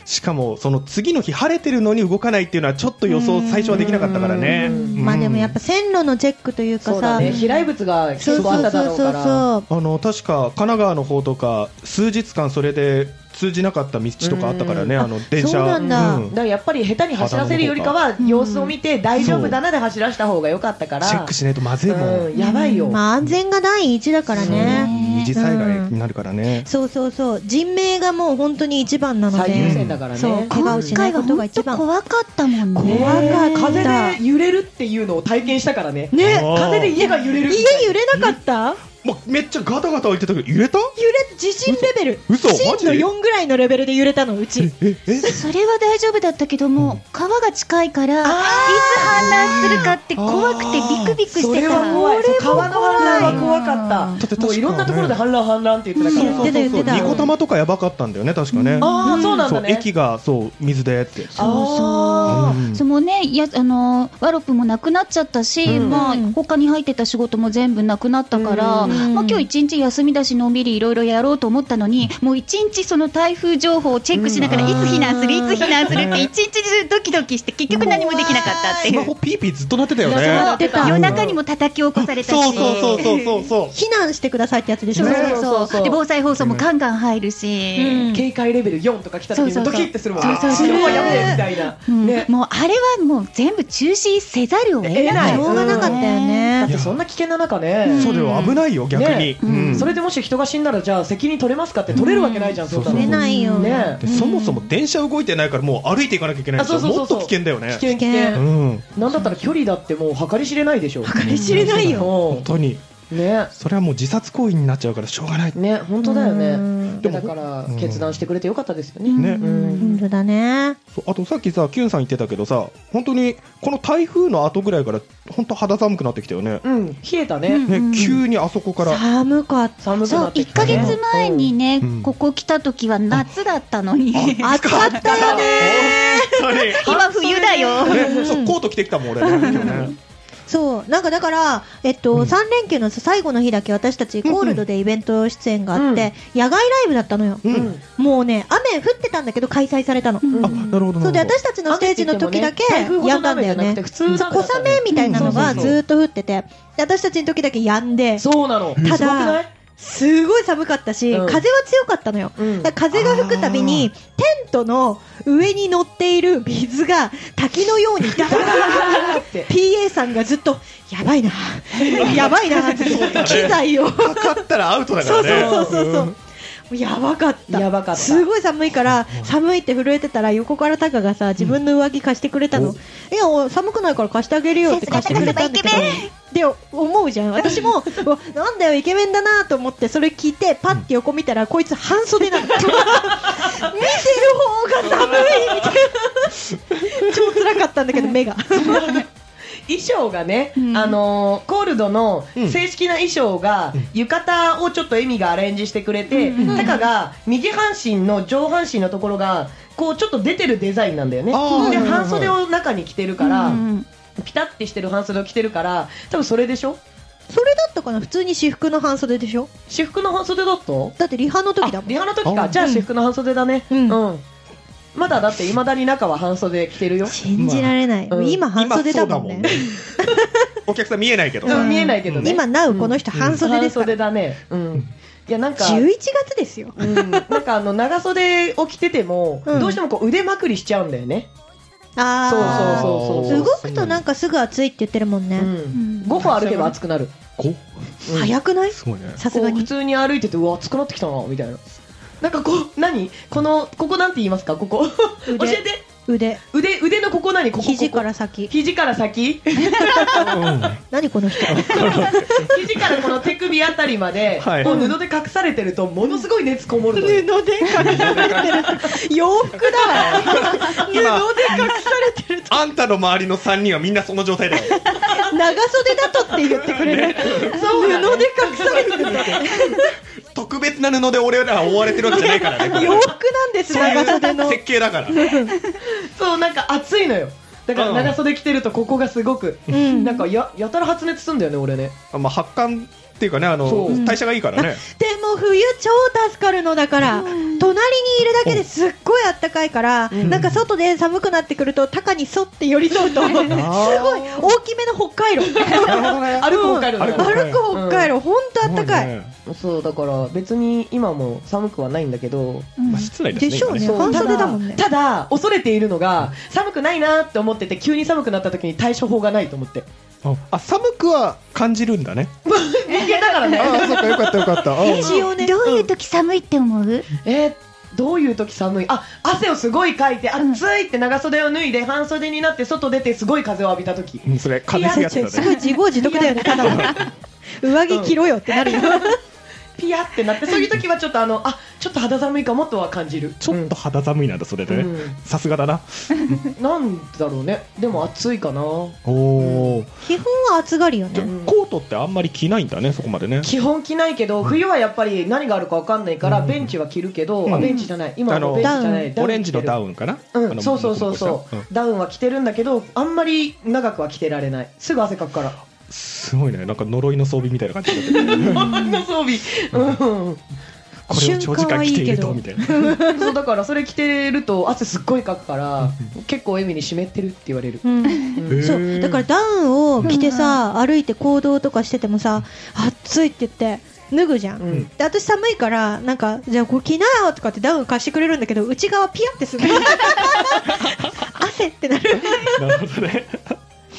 Speaker 3: しかもその次の日晴れてるのに動かないっていうのはちょっと予想最初はできなかったからね
Speaker 1: うん
Speaker 2: まあでもやっ
Speaker 3: ぱ
Speaker 2: ぱ線路のチェックというか
Speaker 1: そう
Speaker 2: さ
Speaker 1: だ、ね飛来物が
Speaker 2: そう
Speaker 1: 結構あ
Speaker 2: そ
Speaker 1: っ
Speaker 2: う
Speaker 1: ただ
Speaker 2: そ
Speaker 1: ろうか
Speaker 2: うそう
Speaker 1: ら
Speaker 2: そう。
Speaker 3: あの確か神奈川の方とか数日間それで通じなかった道とかあったからね
Speaker 2: うん
Speaker 3: あの電車
Speaker 2: そうなんだ
Speaker 1: だからやっぱり下手に走らせるよりかは様子を見て大丈夫だなで走らせた方が良かったから
Speaker 3: チェックしないとまずいもん、
Speaker 1: うんやばいよ、
Speaker 2: まあ安全が第一だからね。
Speaker 3: 二次災害になるからね、
Speaker 2: そうそうそう。人命がもう本当に一番なの
Speaker 1: 最優
Speaker 2: で。
Speaker 1: 先だからね、
Speaker 2: そう、怪我を
Speaker 4: 今
Speaker 2: しない
Speaker 4: 回
Speaker 2: こ
Speaker 4: は
Speaker 2: とが
Speaker 4: 本
Speaker 2: 一
Speaker 4: 当
Speaker 2: 番。
Speaker 4: 怖かったもんね
Speaker 2: 怖かった
Speaker 1: 風で揺れるっていうのを体験したからね
Speaker 2: ね
Speaker 3: おー
Speaker 1: 風で家が揺れる
Speaker 2: 家揺れなかった
Speaker 3: もうめっちゃガタガタ言ってたけど揺れた
Speaker 2: 揺れ、地震レベル。
Speaker 3: 嘘嘘マジ
Speaker 2: 震度4ぐらいのレベルで揺れたの、うち。
Speaker 3: ええ
Speaker 4: それは大丈夫だったけども川が近いからいつ氾濫するかって怖くてビクビクし
Speaker 1: そ
Speaker 4: て
Speaker 1: れ
Speaker 4: た
Speaker 1: は怖いそう川の氾濫は怖か
Speaker 3: だ
Speaker 1: っ
Speaker 3: って確
Speaker 1: た
Speaker 3: かね
Speaker 1: もういろんなところで氾濫氾濫って言ってたから、
Speaker 2: うん言ってた言ってた
Speaker 3: ニコ玉とかやばかったんだよね確かね、
Speaker 1: ああそうなん
Speaker 3: そ
Speaker 1: だ
Speaker 3: う
Speaker 1: ね
Speaker 3: 駅がそう水でって
Speaker 1: あ
Speaker 4: そう
Speaker 1: ー
Speaker 4: そう、そのね、いや、あの、ワロップもなくなっちゃったし、
Speaker 1: うん
Speaker 4: まあ、他に入ってた仕事も全部なくなったから。
Speaker 2: うん
Speaker 4: まあ、今日一日休みだし、のんびりいろいろやろうと思ったのに、もう一日その台風情報をチェックしながら、
Speaker 3: うん
Speaker 4: いつ避難する、い
Speaker 2: うん
Speaker 4: つ避難するって、一日中ドキドキして、結局何もできなかったっ
Speaker 3: ス
Speaker 4: てい
Speaker 3: マ
Speaker 4: う。
Speaker 3: ホピーピーずっと鳴ってたよね
Speaker 1: 鳴ってた
Speaker 4: 夜中にも叩き起こされたし。
Speaker 3: そうそうそうそうそう
Speaker 2: 避難してくださいってやつでし
Speaker 4: そ
Speaker 2: ょ
Speaker 4: う
Speaker 1: ね
Speaker 4: そうそ
Speaker 1: そう
Speaker 4: う
Speaker 1: そうそう
Speaker 4: で防災放送もガンガン入る
Speaker 2: うん
Speaker 4: し、
Speaker 1: 警戒レベル4とか来た時
Speaker 4: そ
Speaker 1: に
Speaker 4: うそ
Speaker 1: ド
Speaker 4: うそう
Speaker 1: キッてするもん
Speaker 4: そう
Speaker 1: あ
Speaker 4: そうそう
Speaker 1: ーもうやべえみたいな、
Speaker 4: うん
Speaker 1: ね
Speaker 4: もうあれはもう全部中止せざるを得
Speaker 1: 得な
Speaker 4: ないい
Speaker 2: しょうがなかった
Speaker 1: だ
Speaker 2: よね
Speaker 1: っ。てそんな危険な中ね、
Speaker 3: そうだよ危ないよ逆に、
Speaker 1: ね
Speaker 3: うん
Speaker 1: それでもし人が死んだらじゃあ責任取れますかって取れるわけないじゃん、そんなの
Speaker 3: 取れ
Speaker 2: ないよ
Speaker 1: ね
Speaker 3: でそもそも電車動いてないからもう歩いていかなきゃいけない
Speaker 1: あ
Speaker 3: んです
Speaker 1: そう
Speaker 3: よ
Speaker 1: そうそう
Speaker 3: もっ
Speaker 1: そう
Speaker 3: と危険だよ
Speaker 1: 危
Speaker 3: ね
Speaker 1: 険危険
Speaker 3: うん
Speaker 1: なんだったら距離だってもう計り知れないでしょ
Speaker 2: 計り知れないよ
Speaker 1: も
Speaker 3: 本当に
Speaker 1: ね
Speaker 3: それはもう自殺行為になっちゃうからしょうがない、
Speaker 1: ね本当だよ
Speaker 2: う
Speaker 1: ね
Speaker 2: ん
Speaker 3: でも
Speaker 1: だから
Speaker 3: うん
Speaker 1: 決断してくれてよかったですよね、
Speaker 3: ね
Speaker 1: うん
Speaker 2: 本当だね。
Speaker 3: そうあとさっきさキュンさん言ってたけどさ本当にこの台風の後ぐらいから本当肌寒くなってきたよね、
Speaker 1: うん、冷えたね、
Speaker 4: うん
Speaker 3: ね急にあそこから
Speaker 2: 寒かった。
Speaker 1: 寒く
Speaker 4: そ
Speaker 1: な
Speaker 4: う
Speaker 1: って
Speaker 4: 1
Speaker 1: きた
Speaker 4: ヶ
Speaker 1: ね
Speaker 4: 月前にね、
Speaker 3: うん
Speaker 4: ここ来た時は夏だったのに
Speaker 2: 暑かったよ ね。
Speaker 3: 本当に
Speaker 4: 今冬だよ
Speaker 3: ね、そうコート着てきたもん俺ね今日 ね
Speaker 2: そう、なんかだから、えっと、
Speaker 3: うん
Speaker 2: 三連休の最後の日だけ私たちコールドでイベント出演があって、野外ライブだったのよ。
Speaker 3: う
Speaker 1: うんん
Speaker 2: もうね、雨降ってたんだけど開催されたの。
Speaker 4: うん
Speaker 3: あなるほどなるほど
Speaker 2: そうで、私たちのステージの時だけ
Speaker 1: 台風ほ
Speaker 2: や
Speaker 1: どの
Speaker 2: んだん
Speaker 1: 雨
Speaker 2: だ
Speaker 1: じゃ
Speaker 2: よ
Speaker 1: なくて
Speaker 2: ね。
Speaker 1: 普通の雨だった
Speaker 2: 小
Speaker 1: よね
Speaker 2: 雨みたいなのが
Speaker 1: うん
Speaker 2: ずーっと降ってて、で私たちの時だけやんで、
Speaker 1: そうなの
Speaker 2: だ
Speaker 3: た
Speaker 1: すごくない
Speaker 2: すごい寒かったし、
Speaker 1: うん
Speaker 2: 風は強かったのよ。
Speaker 1: うん
Speaker 2: だから風が吹くたびに、テントの上に乗っている水が滝のように ダラダラダラ
Speaker 1: だって
Speaker 2: PA さんがずっと、やばいな、やばいなって、機材を。
Speaker 3: かかったらアウトだか
Speaker 2: そ
Speaker 3: ら
Speaker 2: う
Speaker 3: ね
Speaker 2: そうそうそうそう。もうやばかった。
Speaker 1: やばかった
Speaker 2: すごい寒いから、寒いって震えてたら、横からタカがさ、自分の上着貸してくれたの。いや、お寒くないから貸してあげるよって貸してくれたんだけど
Speaker 4: さすがタカ。
Speaker 2: で、思うじゃん。私も、うわなんだよ、イケメンだなと思って、それ聞いて、パッて横見たら、こいつ半袖なの。見てる方が寒いみたいな。超辛かったんだけど、目が。
Speaker 1: 衣装がね、
Speaker 4: うん
Speaker 1: あのーコールドの
Speaker 3: うん
Speaker 1: 正式な衣装が、浴衣をちょっとエミがアレンジしてくれて、タカが右半身の上半身のところがこうちょっと出てるデザインなんだよね
Speaker 3: あー
Speaker 1: で
Speaker 3: はいはいはい
Speaker 1: 半袖を中に着てるから、
Speaker 4: うん
Speaker 1: ピタってしてる半袖を着てるから多分それでしょ
Speaker 2: それだったかな普通に私服の半袖でしょ
Speaker 1: 私服の半袖だった
Speaker 2: だってリハの時だ
Speaker 1: あ
Speaker 2: もん。
Speaker 1: リハの時かじゃあ私服の半袖だね
Speaker 2: う
Speaker 1: うんん、まだだっていまだに中は半袖着てるよ、
Speaker 2: 信じられない。
Speaker 1: まあうん
Speaker 2: 今半袖だもんね
Speaker 3: 今。そうだもんねお客さん見えないけど
Speaker 1: うん、見えないけどね
Speaker 2: 今なうこの人半袖ですか
Speaker 1: 半袖
Speaker 2: ら。
Speaker 1: だねうんいやなんか
Speaker 2: 11月ですよ。
Speaker 1: うんなんかあの長袖を着てても、
Speaker 2: うん
Speaker 1: どうしてもこう腕まくりしちゃうんだよね。
Speaker 2: あ
Speaker 1: そうそうそうそう
Speaker 2: 動くとなんかすぐ暑いって言ってるもん
Speaker 1: う
Speaker 2: ね。
Speaker 1: ん。
Speaker 4: うん
Speaker 1: 5歩歩けば熱くなる。
Speaker 3: こ
Speaker 1: うん
Speaker 2: 早くない
Speaker 3: すごいね
Speaker 2: さす
Speaker 1: こ
Speaker 2: が
Speaker 1: う普
Speaker 2: に。
Speaker 1: 通に歩いててうわ熱くなってきたなみたいな。なんかこう何このここなんて言いますかここ教え
Speaker 2: 腕
Speaker 1: て腕
Speaker 2: 腕、
Speaker 1: 腕のここ何ここここ
Speaker 2: 肘から先。
Speaker 1: 肘から 先
Speaker 2: 何こ の人。
Speaker 1: 肘からこの手首あたりまで、
Speaker 3: はい
Speaker 1: こう布で隠されてるとものすごい熱こもるのよ
Speaker 2: 布で隠されてる。洋服だわ。布で隠
Speaker 3: 今
Speaker 2: されてる。
Speaker 3: あんたの周りの3人はみんなその状態だよ
Speaker 2: 長袖だとって言ってく れる。
Speaker 1: そうなの
Speaker 2: 布で隠されてる。
Speaker 3: 特別な布で俺らは覆われてるわけじゃないからねこれ
Speaker 2: 洋服なんです、
Speaker 3: そういう
Speaker 2: 長袖の。
Speaker 3: 設計だから
Speaker 1: そうなんか熱いのよだから
Speaker 3: うん
Speaker 1: 長袖着てるとここがすごく、
Speaker 2: ん
Speaker 1: なんかややたら発熱すんだよね俺ね
Speaker 3: あまあ発汗っていうかね
Speaker 1: そ
Speaker 3: あの
Speaker 1: う
Speaker 3: 代謝がいいからね
Speaker 2: でも冬超助かるのだから、隣にいるだけですっごいあったかいから、
Speaker 1: ん
Speaker 2: なんか外で寒くなってくると、高に沿って寄り添うと、すごい大 きめの北海道。
Speaker 3: なるほどね
Speaker 1: 歩く北海道だ
Speaker 3: うん
Speaker 1: か
Speaker 2: 歩く北海道、ほんとあったかい。
Speaker 1: らそうだから別に今も寒くはないんだけど
Speaker 4: うん
Speaker 3: まあ室内ですね
Speaker 2: でしょうね
Speaker 3: 今
Speaker 1: そう
Speaker 2: 半袖だもんね
Speaker 1: ただただ恐れているのが寒くないなって思ってて急に寒くなった時に対処法がないと思って
Speaker 3: あ寒くは感じるん だね
Speaker 1: 人間だから
Speaker 3: あ
Speaker 1: ね
Speaker 3: あそっかよかったよかったあ
Speaker 4: でもどういう時寒いって思う
Speaker 1: えーどういう時寒いあ汗をすごいかいて
Speaker 4: ん
Speaker 1: 暑いって長袖を脱いで半袖になって外出てすごい風を浴びた時
Speaker 3: うんそれ風邪ひやつ
Speaker 2: す
Speaker 3: だね
Speaker 2: ごい自業自得だよね、ただの。上着着ろよってなるよ。
Speaker 1: ピヤってなってそういう時はちょっとあのあちょっと肌寒いかもとは感じる
Speaker 3: ちょっと肌寒いなんだそれでね
Speaker 1: うん
Speaker 3: さすがだな
Speaker 1: なんだろうねでも暑いかな
Speaker 3: おお
Speaker 2: 基本は暑がりよ
Speaker 3: じゃあ
Speaker 2: ね。
Speaker 3: コートってあんまり着ないんだねそこまでね
Speaker 1: 基本着ないけど冬はやっぱり何があるかわかんないからベンチは着るけど、
Speaker 3: うん
Speaker 1: あベンチじゃない今はもうベンチじゃない
Speaker 3: オレンジのダ
Speaker 1: ウン
Speaker 3: ウンかな
Speaker 1: 着てる
Speaker 3: あ
Speaker 1: うん、
Speaker 3: の
Speaker 1: そうそうそう
Speaker 3: モ
Speaker 1: そ
Speaker 3: コモコした
Speaker 1: う、
Speaker 3: うん
Speaker 1: ダウンは着てるんだけどあんまり長くは着てられないすぐ汗かくから
Speaker 3: すごいねなんか呪いの装備みたいな感じになってる
Speaker 1: の装備うん
Speaker 3: これを長時間着ているとみたいな
Speaker 1: そうだからそれ着てると汗すっごいかくから結構エミに湿ってるって言われる
Speaker 2: うん
Speaker 1: うん
Speaker 2: そうだからダウンを着てさ、歩いて行動とかしててもさ暑いって言って脱ぐじゃん、
Speaker 1: うん
Speaker 2: で私寒いからなんかじゃあこれ着なよとかってダウン貸してくれるんだけど内側ピヤってする 汗ってなる
Speaker 3: らなるほどね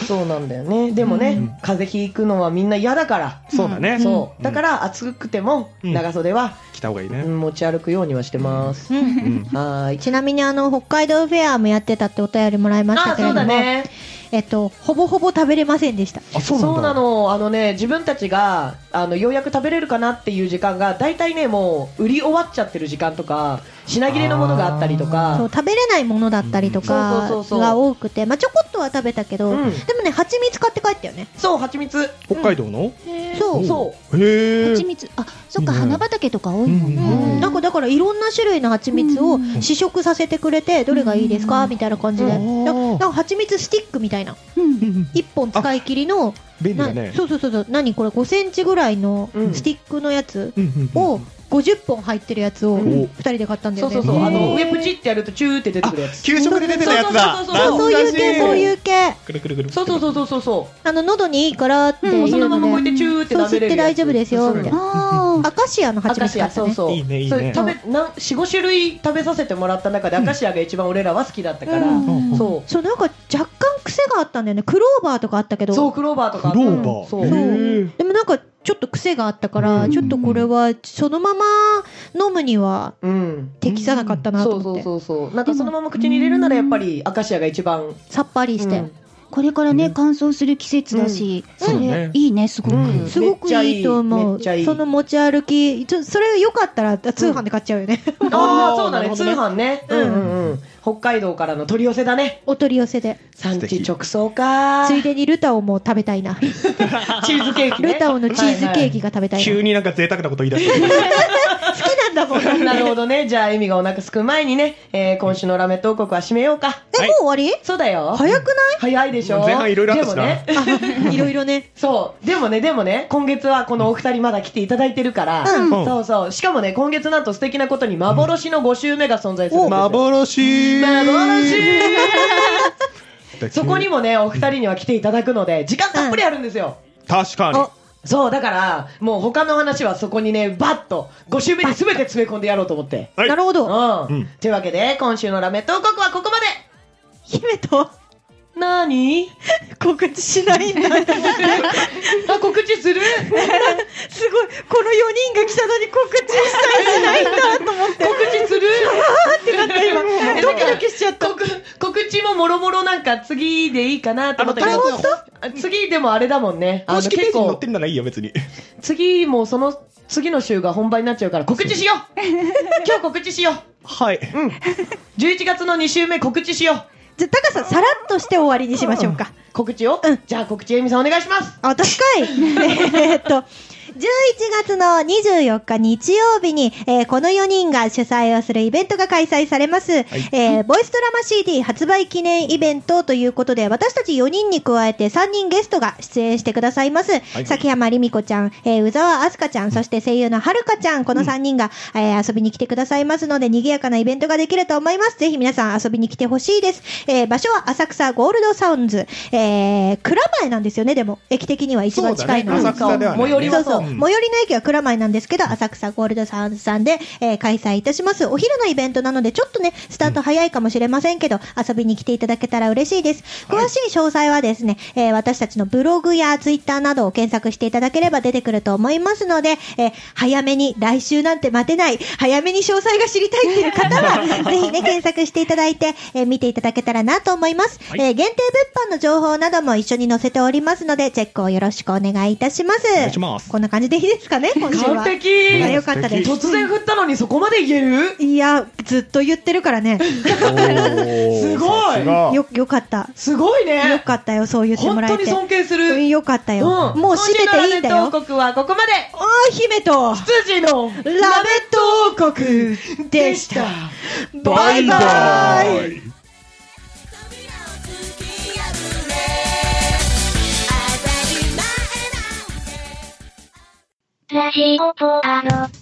Speaker 1: そうなんだよねでもね、風邪ひくのはみんな嫌だから、
Speaker 3: そうだね
Speaker 1: そうだからら暑くても
Speaker 3: うん
Speaker 1: 長袖は、
Speaker 3: 着た方がいい
Speaker 1: うん
Speaker 3: ね
Speaker 1: 持ち歩くようにはしてます、
Speaker 3: うん
Speaker 1: はーい
Speaker 2: ちなみにあの北海道フェアもやってたってお便りもらいました
Speaker 1: あ
Speaker 2: けれ
Speaker 1: そう
Speaker 2: ど
Speaker 1: だ
Speaker 2: も、
Speaker 1: ね
Speaker 2: えっと、ほぼほぼ食べれませんでした。
Speaker 3: あ、そうなんだ。
Speaker 1: そうなの、あのね、自分たちがあのようやく食べれるかなっていう時間が、大体ね、もう売り終わっちゃってる時間とか、品切れのものがあったりと
Speaker 2: そ
Speaker 1: か
Speaker 2: う、食べれないものだったりと
Speaker 1: うん
Speaker 2: か
Speaker 1: そうそうそうそう
Speaker 2: が多くて、まあ、ちょこっとは食べたけど、
Speaker 1: うん
Speaker 2: でもね蜂蜜買って帰ったよね
Speaker 1: そう、蜂蜜、
Speaker 3: 北海道の。
Speaker 2: そう
Speaker 1: そ
Speaker 3: うん。へえ。
Speaker 4: 蜂蜜あそっか
Speaker 3: いいね
Speaker 4: 花畑とか多いもん
Speaker 3: う
Speaker 4: ね
Speaker 2: なんかだからいろんな種類の蜂蜜
Speaker 4: う
Speaker 2: を
Speaker 4: ん
Speaker 2: 試食させてくれてどれがいいですかみたいな感じで
Speaker 3: う
Speaker 2: なんなんか蜂蜜スティックみたいな
Speaker 4: うん
Speaker 2: 1本使い切りの
Speaker 3: 便利
Speaker 2: な
Speaker 3: だね。
Speaker 2: そうそうそうそう何これ5センチぐらいの
Speaker 1: うん
Speaker 2: スティックのやつ
Speaker 3: うんうんうん
Speaker 2: を50本入ってるやつを
Speaker 1: うん
Speaker 2: 2人で買ったんだ
Speaker 1: そ
Speaker 2: よ
Speaker 1: う
Speaker 2: ね
Speaker 1: そうそう、あの
Speaker 2: へ
Speaker 1: 上
Speaker 2: ー
Speaker 1: プチってやるとチューって出てくるやつ。
Speaker 3: 給食で出てたやつだ。。
Speaker 1: そう
Speaker 2: そうそういう系そういうう系
Speaker 3: くるくるくる。
Speaker 1: そうそうそうそうそうそ
Speaker 2: あの喉にいいからっていう
Speaker 1: う。
Speaker 2: の
Speaker 1: そのままこうやっ
Speaker 2: で
Speaker 1: てチューって
Speaker 2: そう吸
Speaker 1: 食べ
Speaker 2: っ
Speaker 1: れるや
Speaker 2: て
Speaker 1: つ。
Speaker 2: 大丈夫ですよみたいな
Speaker 4: あ
Speaker 2: アカシアの
Speaker 1: ア
Speaker 2: 蜂
Speaker 1: カ
Speaker 2: 蜜
Speaker 1: シ
Speaker 2: 買
Speaker 1: ア、
Speaker 2: った
Speaker 1: そう
Speaker 2: ね
Speaker 1: そう。
Speaker 3: いいねいいね
Speaker 1: それ食べなん四五種類食べさせてもらった中でアカシアが一番俺らは好きだったから。
Speaker 4: うん
Speaker 1: そ
Speaker 2: そうなんか若干癖があったんだよねクローバーとかあったけ
Speaker 1: う。
Speaker 2: ど
Speaker 1: そうクローバーと
Speaker 3: ク
Speaker 1: か。
Speaker 3: ローバー。
Speaker 1: そう
Speaker 3: へー
Speaker 2: でもなんかちょっと癖があったから、
Speaker 3: うん
Speaker 2: ちょっとこれはそのまま飲むには
Speaker 1: うん。
Speaker 2: 適さなかったなと
Speaker 1: そ
Speaker 2: 思
Speaker 1: う
Speaker 2: って、
Speaker 1: そうそうそう。なんかそのまま口に入れるならやっぱりアカシアが一番。
Speaker 2: さっぱりして、
Speaker 1: うん
Speaker 4: これからね乾燥する季節だし
Speaker 3: うん
Speaker 4: そ
Speaker 3: そう
Speaker 4: れ
Speaker 3: ね
Speaker 4: いいねすごく
Speaker 3: うん
Speaker 2: すごくいいと思
Speaker 1: め
Speaker 2: う
Speaker 1: っちゃいいめっちゃいい
Speaker 2: その持ち歩きちょそれよかったら通販で買っちゃうよね、
Speaker 1: あ
Speaker 3: あー
Speaker 1: あそうだ
Speaker 3: なる
Speaker 1: ね
Speaker 3: ほ
Speaker 1: 通
Speaker 3: どね
Speaker 1: 販ね。う
Speaker 2: うんん
Speaker 1: うんうん。北海道からの取り寄せだね。
Speaker 2: お取り寄せで
Speaker 1: 産地
Speaker 3: 敵
Speaker 1: 直送か。
Speaker 2: ついでにルタオも食べたいな、
Speaker 1: チーズケーキね。
Speaker 2: ルタオのチーズケーキが食べたいな、
Speaker 3: 急になんか贅沢なこと言い出した。
Speaker 2: 好きなんだもん
Speaker 1: なるほどね。じゃあ、エミがお腹すく前にね、えー今週のラメト王国は締めようか。
Speaker 2: え、
Speaker 3: はい
Speaker 2: もう終わり
Speaker 1: そうだよ。
Speaker 2: 早くない
Speaker 1: 早いでしょ。
Speaker 3: 前半いろいろあった
Speaker 1: で
Speaker 3: しな
Speaker 1: もね。
Speaker 2: あいろいろね
Speaker 1: そう。でもね、でもね、今月はこのお二人まだ来ていただいてるから。
Speaker 2: うん
Speaker 1: そうそう。しかもね、今月なんと素敵なことに幻の5週目が存在するんですよ。幻
Speaker 3: 幻。素敵
Speaker 1: そこにもね、お二人には来ていただくので、時間たっぷりあるんですよ。
Speaker 3: 確かに。
Speaker 2: お
Speaker 1: そう、だから、もう他の話はそこにね、バッと、5週目に全て詰め込んでやろうと思って。
Speaker 3: はい
Speaker 2: なるほど、
Speaker 1: う
Speaker 3: うん
Speaker 1: ん。というわけで、今週のラメット王国はここまで
Speaker 2: 姫と
Speaker 1: なーに
Speaker 2: 告知しないんだ
Speaker 1: あ、告知する
Speaker 2: すごい、この4人が来たのに告知したりしないんだと思って、
Speaker 1: 告知するってなった今
Speaker 2: ドキドキしちゃった。
Speaker 1: 告告知ももろもろなんか次でいいかなと思ったけ
Speaker 3: あ
Speaker 1: ど
Speaker 3: のタイムズ
Speaker 1: あ次でもあれだもんねあ
Speaker 3: 公
Speaker 1: の
Speaker 3: 式ペー
Speaker 1: 結
Speaker 3: ジに載っ
Speaker 1: 構
Speaker 3: てるならいいよ別に。
Speaker 1: 次もその次の週が本番になっちゃうから告知しよ う今日告知しよ
Speaker 3: はい。
Speaker 1: ううん11月の2週目告知しよう
Speaker 2: じゃあ、タカさん、さらっとして終わりにしましょうか。
Speaker 1: 告知を、
Speaker 2: うん
Speaker 1: じゃあ告知えみさんお願いします
Speaker 2: あ、私かい。えーっと。11月の24日日曜日に、えーこの4人が主催をするイベントが開催されます、えーボイスドラマ CD 発売記念イベントということで、私たち4人に加えて3人ゲストが出演してくださいます。
Speaker 3: い
Speaker 2: 崎山りみこちゃん、えー、宇沢明日香ちゃん、そして声優のはるかちゃん、この3人が、えー遊びに来てくださいますので、賑やかなイベントができると思います。ぜひ皆さん遊びに来てほしいです。えー場所は浅草ゴールドサウンズ、えー蔵前なんですよね、でも、駅的には一番近いのは。
Speaker 3: そうだね浅草ではな
Speaker 1: 最
Speaker 3: い
Speaker 1: 寄り
Speaker 2: そ
Speaker 1: は
Speaker 2: うそう、
Speaker 1: そう
Speaker 2: 最寄りの駅は蔵前なんですけど、浅草ゴールドサウンズさんで、えー開催いたします。お昼のイベントなので、ちょっとね、スタート早いかもしれませんけど、遊びに来ていただけたら嬉しいです。詳しい詳細はですね、えー私たちのブログやツイッターなどを検索していただければ出てくると思いますので、えー早めに、来週なんて待てない、早めに詳細が知りたいっていう方 は、ぜひね、検索していただいて、えー見ていただけたらなと思います。
Speaker 3: はい
Speaker 2: えー限定物販の情報なども一緒に載せておりますので、チェックをよろしくお願いいたします。
Speaker 3: 願いします
Speaker 2: こんな感じでいいですかね、今週は。
Speaker 1: 完璧
Speaker 2: いやよかったです。
Speaker 1: 突然振ったのにそこまで言える
Speaker 2: いや、ずっと言ってるからね。
Speaker 3: す
Speaker 1: すごい
Speaker 2: よ、よかった。
Speaker 1: すごいね
Speaker 2: よかったよ、そう言っても
Speaker 1: 本
Speaker 2: ら
Speaker 1: 当
Speaker 2: え
Speaker 1: に
Speaker 2: て。
Speaker 1: 尊敬する、
Speaker 2: うんよかったよ。
Speaker 1: うん
Speaker 2: もう締めていいんだ
Speaker 1: 今週のラメッ
Speaker 2: よ
Speaker 1: ト。王国はここまで
Speaker 2: ああ、姫と、
Speaker 1: 羊のラメッ
Speaker 2: ト王国
Speaker 1: でした。
Speaker 2: バイバイ
Speaker 3: イ
Speaker 5: 扉を突き破れ当たり前なんて
Speaker 6: ラジオポアド。